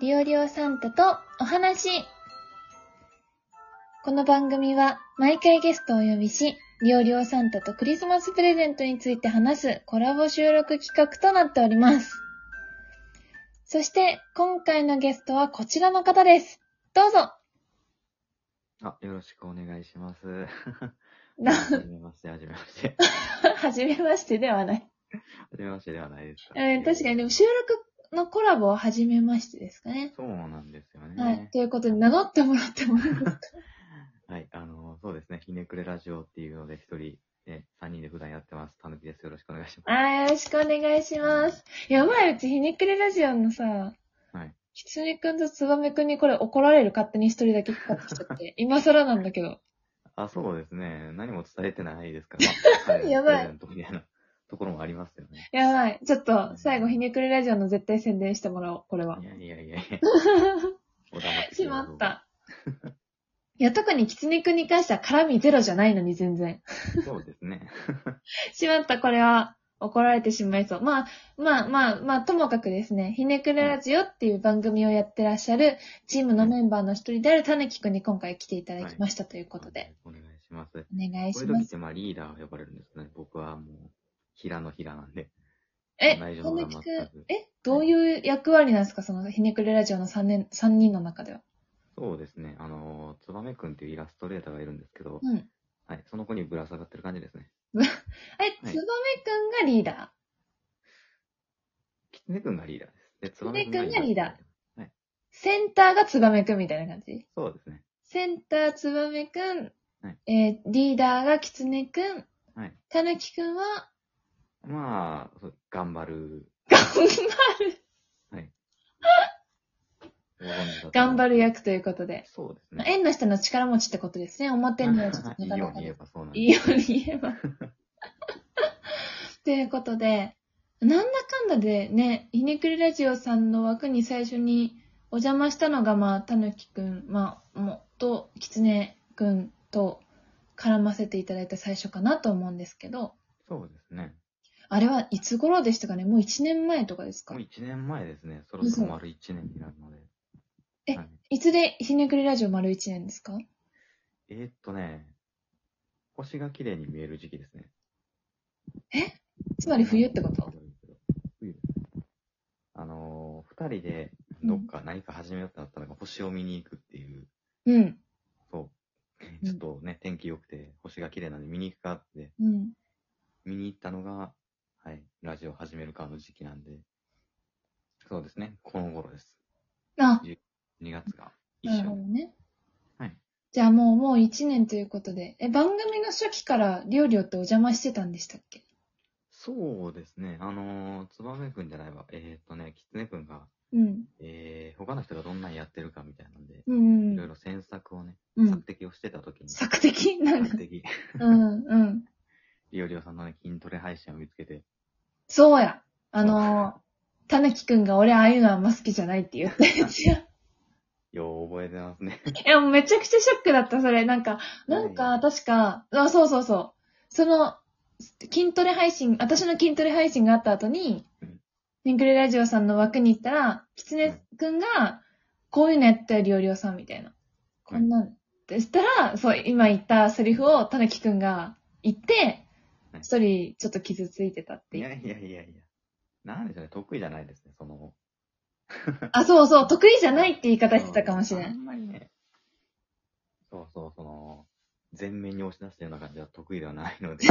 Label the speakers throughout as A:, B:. A: りおりおサンタとお話。この番組は毎回ゲストをお呼びし、りおりおサンタとクリスマスプレゼントについて話すコラボ収録企画となっております。そして今回のゲストはこちらの方です。どうぞ。
B: あ、よろしくお願いします。は
A: な
B: じめまして、はじめま して。
A: はじめましてではない。
B: はじめましてではないですか。
A: えー確かにでも収録のコラボははじめましてですかね。
B: そうなんですよね。
A: はい。ということで名乗ってもらってもいいですか
B: はい、あの、そうですね。ひねくれラジオっていうので、一人、ね、三人で普段やってます。たぬきです。よろしくお願いしま
A: はい、よろしくお願いします。やばい、うちひねくれラジオのさ、
B: はい
A: きつねくんとつばめくんにこれ怒られる勝手に一人だけ引っ張ってきちゃって。今更なんだけど。
B: す。あ、そうですね。何も伝えてないですから。ま あ
A: やばい
B: プレゼントみたいなところもありますよ ね。
A: やばい。ちょっと、最後ひねくれラジオの絶対宣伝してもらおう、これは。
B: いやいやい やいや。お黙って
A: し
B: くだ
A: ま
B: さい
A: った。いや、特にきつねくんに関しては絡みゼロじゃないのに全然。
B: そうですね。
A: しまった、これは。怒られてしまいそう。まあ、まあ、まあ、まあ、ともかくですね、ひねくれラジオっていう番組をやってらっしゃるチームのメンバーの一人であるたぬきくんに今回来ていただきましたということで、
B: お願いします。こ
A: お願いう
B: い
A: し
B: う時
A: ま
B: っ
A: す。
B: て、まあ、リーダーが呼ばれるんですね。僕はもう、平の平なんで。
A: え、た
B: 内
A: ぬき
B: 情
A: くん
B: が全く、
A: え、どういう役割なんですかそのひねくれラジオの3年、三人の中では。
B: そうですね。あの、つばめくんっていうイラストレーターがいるんですけど、
A: うん。え、
B: はい、その子にぶら下がってる感じですね。
A: つばめくんがリーダー。
B: きつねくんがリーダーです。で、つばめ
A: きつねくんがリーダー
B: ー。
A: センターがつばめくんみたいな感じ
B: そうですね。
A: センターつばめくん、
B: はい
A: えーリーダーがきつねくん、
B: はい。
A: たぬきくんは
B: まあ、そう頑張る。
A: 頑張る
B: や
A: 役ということで。
B: そうです
A: まあ
B: ね。
A: 縁の下の力持ちってことですね。表にはちょ っと
B: いい
A: なか
B: よ
A: な
B: う
A: か
B: に言え
A: ね
B: ばそうなん
A: いい
B: です。
A: ように言えば。ということで、なんだかんだでね、ひねくりラジオさんの枠に最初にお邪魔したのが、まあ、たぬきくん、まあ、もっと、きつねくんと絡ませていただいた最初かなと思うんですけど、
B: そうですね。
A: あれはいつ頃でしたかねもう1年前とかですか
B: もう1年前ですね。そろそろ丸1年になるので。
A: え
B: はい
A: いつでひねくりラジオ丸1年ですか
B: えーっとね、星が綺麗に見える時期ですね。
A: つまり冬ってこと
B: 冬ですあのー、二人でどっか何か始めようってなったのが星を見に行くっていう、
A: うん。
B: そう。ちょっとね、天気良くて星が綺麗なんで見に行くかって、
A: うん。
B: 見に行ったのが、はい、ラジオ始めるかの時期なんで、そうですね、この頃です。
A: あ、
B: 2月が一
A: なるほ
B: 緒
A: ど。ね。
B: はい。
A: じゃあもう、もう1年ということで。え、番組の初期からりょうりょうってお邪魔してたんでしたっけ
B: そうですね、あのー、つばめくんじゃないわ、えーっとね、きつねくんが、
A: うん。
B: えー、他の人がどんなんやってるかみたいなんで、
A: う
B: い
A: ん
B: ろい。ろ詮索をね、
A: う
B: 作
A: ん。
B: 敵をしてた時に、
A: 作的なん
B: 作
A: か。
B: 敵、
A: うん、うん。
B: リオリオさんのね、筋トレ配信を見つけて、
A: そうや。あのー、たぬきくんが俺ああいうのはあんま好きじゃないって言 ったやつや。
B: よう覚えてますね。
A: いや、もうめちゃくちゃショックだった、それ。なんか、なん
B: は
A: か、
B: い
A: 確か、あ、そうそうそう。その、筋トレ配信、私の筋トレ配信があった後に
B: うん、
A: ニンクレラジオさんの枠に行ったら、きつねくんが、こういうのやったよ、りょうりょうさん、みたいな。こんなん。でしたら、そう、今言ったセリフをたぬきくんが言って、
B: はい
A: 一人ちょっと傷ついてたって
B: い
A: い
B: や
A: う。
B: いやいやいや。なんでしょうね、得意じゃないですね、その。
A: あ、そうそう、得意じゃないって言い方してたかもしれな
B: あ
A: い。
B: んまりね。そうそう、その、全面に押し出したような感じは得意ではないの で。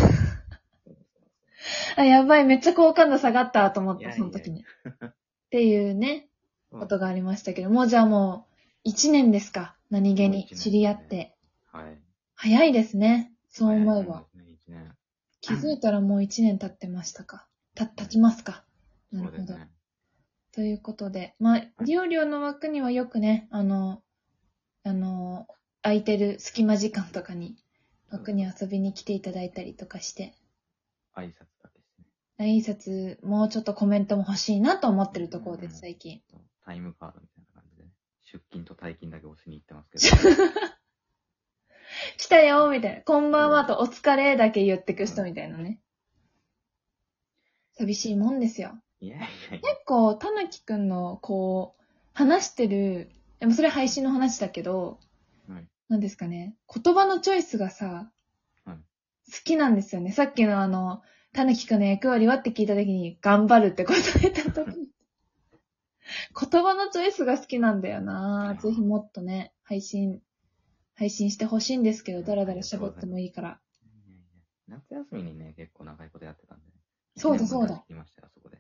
A: あ、やばい、めっちゃ好感度下がったと思っ
B: いや
A: た、
B: いや
A: その時に。っていうね。
B: そう
A: ことがありましたけど、もうじゃあもう、1年ですか。何気
B: もう
A: に
B: 一年
A: 知り合って。
B: はい。
A: 早いですね。そう思えば。
B: 早いですね。
A: 気づいたらもう1年経ってましたか。た、経ちますか。
B: 1
A: なる
B: 年。そ
A: ほ
B: うです
A: ど。
B: ね。
A: ということで、まあ、料理の枠にはよくね、あの、あの、空いてる隙間時間とかに、枠に遊びに来ていただいたりとかして、
B: 挨拶だけしてね。
A: 挨拶、もうちょっとコメントも欲しいなと思ってるところです、最近。
B: そうタイムカードみたいな感じでね。出勤と退勤だけ押しに行ってます けど。
A: 来たよみたいな。こんばんはとお疲れだけ言ってく人みたいなね。寂しいもんですよ。
B: いやいやいや。
A: 結構、たぬきくんの、こう、話してる、でもそれ配信の話だけど、
B: はい
A: なんですかね、言葉のチョイスがさ、
B: はい
A: 好きなんですよね。さっきのあの、たぬきくんの役割はって聞いたときに、頑張るって答えたと き言葉のチョイスが好きなんだよなぜひもっとね、配信、配信してほしいんですけど、だらだら喋ってもいいから。
B: いやいや夏休みにね、結構長いことやってたんで。
A: そうだ
B: 一年
A: そう
B: 分
A: だ
B: 聞きましたよ、そこで。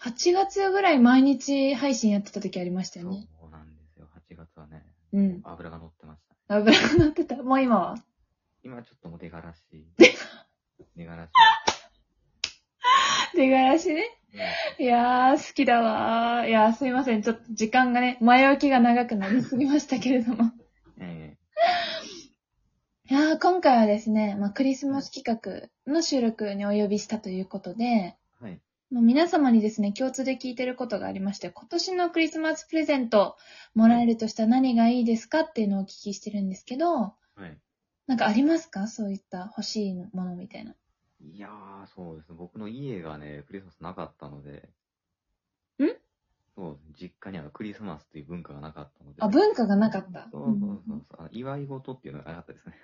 A: 8月ぐらい毎日配信やってた時ありましたよね。
B: そうなんですよ、8月はね。
A: うん。
B: 油が乗ってましたね。
A: 油が乗ってた。もう今は
B: 今ちょっともう出がらし い。出がらし
A: 出がらしね。
B: い。ね
A: いやー、好きだわー。いやー、すいません。ちょっと時間がね、前置きが長くなりすぎましたけれども。
B: え
A: いやー、今回はですね、まあ、クリスマス企画の収録にお呼びしたということで、
B: えはい。
A: まあ、皆様にですね、共通で聞いてることがありまして、今年のクリスマスプレゼントもらえるとしたら何がいいですかっていうのをお聞きしてるんですけど、
B: はい。
A: なんかありますかそういった欲しいものみたいな。
B: いやー、そうですね。僕の家がね、クリスマスなかったので。
A: ん
B: そう、実家にはクリスマスという文化がなかったので。
A: あ、文化がなかった。
B: そうそうそうそう。あの祝い事っていうのがなかったですね。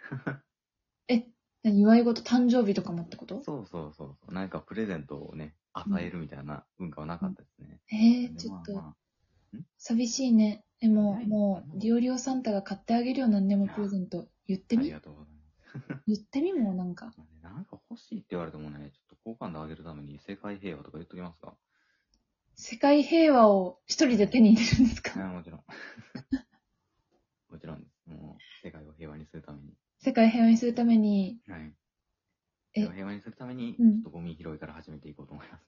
A: 何祝い事、誕生日とかもってこと
B: そうそうそうそう。なんかプレゼントをね、与えるみたいな文化はなかったですね。
A: えー、
B: で
A: ちょっと。
B: まあまあ
A: 寂しいね。でも
B: な、い
A: もう、リオリオサンタが買ってあげるよ、何でもプレゼント。言って
B: あり
A: み
B: がとうございます。
A: 言ってみもう、なんか。
B: まあねなんか欲しいって言われてもね、ちょっと好感度上げるために世界平和とか言っときま すか。
A: 世界平和を一人で手に入れるんです
B: あ
A: か
B: もちろん。もちろんです。もう、世界を平和にするために。
A: 世界平和にするために、
B: はい。
A: え
B: 世界を平和にするために、ち
A: う
B: ょ
A: ん
B: っとゴミ拾いから始めていこうと思います。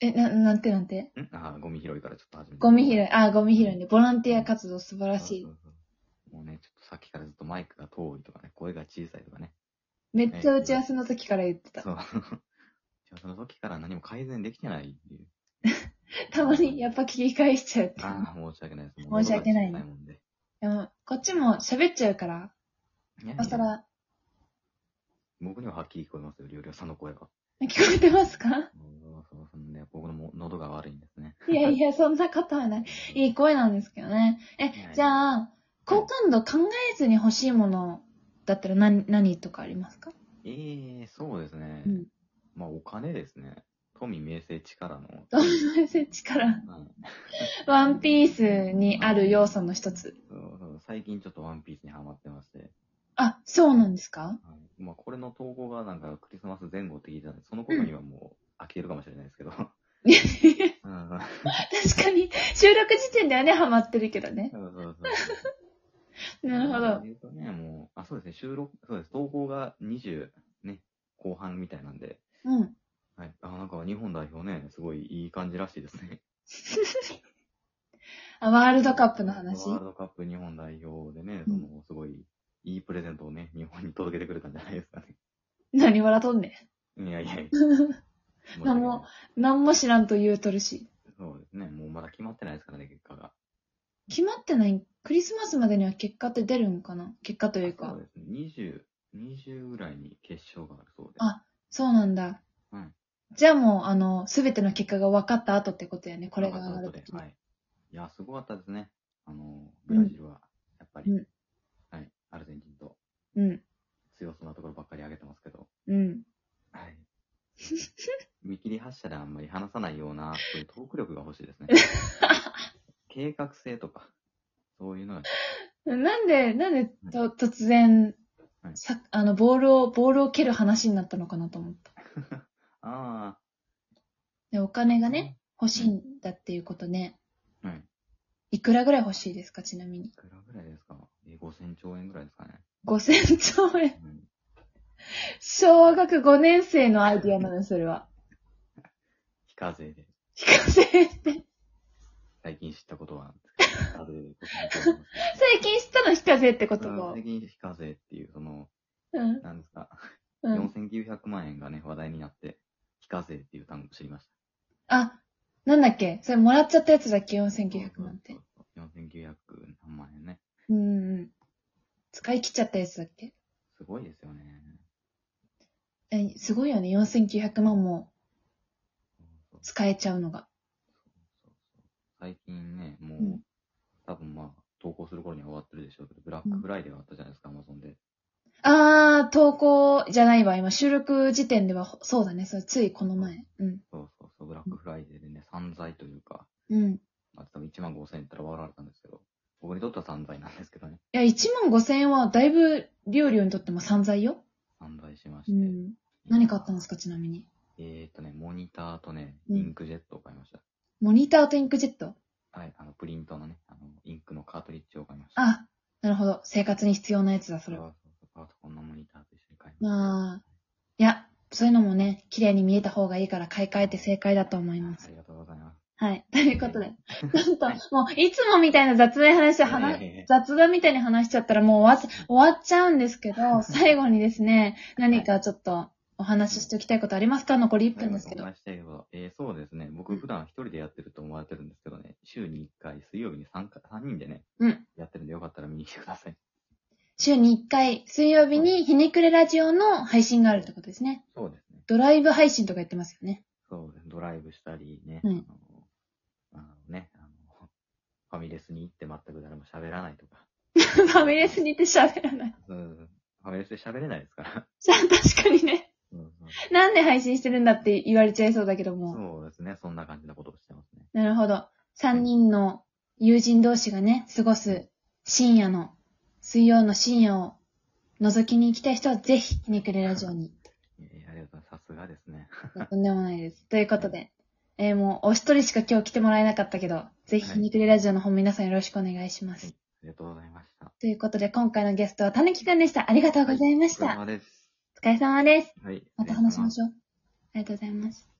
A: え、な、なんてなんて
B: んああ、ゴミ拾いからちょっと始めていこ
A: ゴ
B: う
A: ミ拾い、あ、ゴミ拾いね。ボランティア活動素晴らしい
B: そ。うそうそうもうね、ちょっとさっきからずっとマイクが遠いとかね、声が小さいとかね。
A: めっちゃ打ち合わせの時から言ってた。
B: そう。 じゃあその時から何も改善できてないって いう。
A: たまにやっぱ聞き返しちゃうって。
B: ああ、申し訳ないです。
A: 申し訳ないね
B: もう喉が小さもんで。
A: でも、こっちも喋っちゃうから、
B: いやい
A: おさ
B: や
A: ら、
B: 僕にははっきり聞こえますよ、りょうりょうさんの声が。
A: 聞こえてますか
B: そうそうそうね、僕のも喉が悪いんですね。
A: いやいや、そんなことはない。いい声なんですけどね。
B: は
A: え、
B: い
A: じゃあ、好感度考えずに欲しいものだったら何、何とかありますか
B: ええそうですね。
A: うん
B: まあ、お金ですね。富、名声、力の。
A: どんな設置から。
B: うん
A: ワンピースにある要素の一つ。
B: そうそう最近ちょっとワンピースにハマってまして、
A: あ、そうなんですか
B: はいまあ、これの投稿がなんかクリスマス前後って聞いてたんで、その頃にはもう飽きてるかもしれないですけど。うん
A: 確かに、収録時点ではね、ハマってるけどね。
B: そうそうそ う
A: なるほど。
B: えっとね、もう、あ、そうですね、収録、そうです、投稿が20、ね、後半みたいなんで、
A: うん。
B: はい。あ、なんか日本代表ね、すごいいい感じらしいですね。
A: あ、ワールドカップの話
B: ワー。ルドカップ日本代表でね、
A: う
B: そ
A: ん
B: の、すごい、いいプレゼントをね、 日本に届けてくれたんじゃないですかね。
A: 何笑とんね
B: いや いやいや。
A: ん。なんも、なんも知らんと言うとるし。
B: そうですね。もうまだ決まってないですからね、結果が。
A: 決まってない、クリスマスまでには結果って出るんかな結果という
B: そ
A: か
B: う。ですね。20、20ぐらいに決勝があるそうで。
A: あそうなんだ。
B: うん
A: じゃあもう、あの、すべての結果が分かった後ってことやね、これが
B: な
A: 上
B: ん
A: が
B: か
A: る
B: 後で
A: ときに。
B: はい。いや、すごかったですね。あの、ブラジルは、やっぱり、
A: うん
B: はい、アルゼンチンと
A: うん、
B: 強そうなところばっかり挙げてますけど、
A: うん。
B: はい。見切り発車であんまり話さないような、そういうトーク力が欲しいです ね。計画性とか、そういうのが、
A: なんで、なんでと、突然、
B: はい
A: さあの、ボールを、ボールを蹴る話になったのかなと思った。
B: あ
A: で、お金がね、欲しいんだっていうことね。
B: あ、はい。
A: いくらぐらい欲しいですか、ちなみに
B: い。くらぐらいですかえ ?5000 兆円ぐらいですかね。
A: 5000兆円。
B: うん
A: 小学5年生のアイディアなの、それは。
B: 非課税で、
A: 非課税って。
B: 最近知ったことは、非課税で5000 兆円
A: 最近知ったの非課税って言
B: ですうん
A: 葉を
B: 最。近非課税っていう、その、
A: うん。
B: なんですか、
A: うん。
B: 4900万円がね、話題になって、非課税っていう単語を知りました。
A: あ、なんだっけそれもらっちゃったやつだっけ ?4900 万って
B: そ。うそうそう。4900何万円ね。
A: うんうん。使い切っちゃったやつだっけ
B: すごいですよね。
A: え、すごいよね。4900万も
B: そうそう
A: 使えちゃうのが。
B: そうそうそう最近ね、もう、
A: うん
B: 多分まあ、投稿する頃には終わってるでしょうけど、ブラックフライデーがあったじゃないですか、アマゾンで。
A: あー、投稿じゃないわ。今、収録時点では、ほそうだね。それ、ついこの前。うん。
B: そうそうそう、ブラックフライデーでね、散財というか、
A: うん。い
B: まあ、多分1万5千円ったら笑われたんですけど、僕にとっては散財なんですけどね、
A: や、1万5千円は、だいぶ、料理にとっても散財よ。
B: 散財しまし
A: う
B: て。
A: ん。何買ったんですか、ちなみに。
B: えーっとね、モニターとね、
A: うん
B: インクジェットを買いました。
A: モニターとインクジェット
B: はい、あの、プリントのね、あの、インクのカートリッジを買いました。
A: あ、なるほど。生活に必要なやつだ、それは。
B: そうそうそうパソコンのモニターと一緒に買いました。
A: まあ、いや、そういうのもね、綺麗に見えた方がいいから買い替えて正解だと思いま
B: あ
A: す。
B: りがとうございます。
A: はい。ということで、なんと
B: はい、
A: もう、いつもみたいな雑な話を
B: い
A: 話
B: やいやいや、
A: 雑談みたいに話しちゃったらもう終わっ終わっちゃうんですけど、 最後にですね、何かちょっとお話ししておきたいことありますか残り1分ですけど
B: お。話ししたいけど、えーそうですね、僕普段一人でやってると思われてるんですけどね、週に1回、水曜日に 3, か3人でね、
A: うん
B: やってるんでよかったら見に来てください。
A: 週に1回、水曜日にひねくれラジオの配信があるってことですね。
B: そうですね。
A: ドライブ配信とかやってますよね。
B: そうです。ドライブしたりね、
A: うん
B: あの、あのね、あの、ファミレスに行って全く誰も喋らないとか。
A: ファミレスに行って喋らない。
B: うんファミレスで喋れないですから。
A: じゃあ確かにね、
B: うんうん
A: なんで配信してるんだって言われちゃいそうだけども。
B: そうですね、そんな感じのことをしてますね。
A: なるほど。三人の友人同士がね、過ごす深夜の、水曜の深夜を覗きに行きたい人はぜひ、ひねくれラジオに。
B: えーありがとうございます。さすがですね。
A: とんでもないです。ということで、えーもうお一人しか今日来てもらえなかったけど、ぜひ、
B: はい
A: ひねくれラジオの方皆さんよろしくお願いします。
B: はいありがとうございました。
A: ということで、今回のゲストはたぬきくんでした。ありがとうございました。
B: はいお疲れ様です。
A: お疲れ様です。
B: はい。
A: また話しまし
B: ょ
A: ょう。ありがとうございます。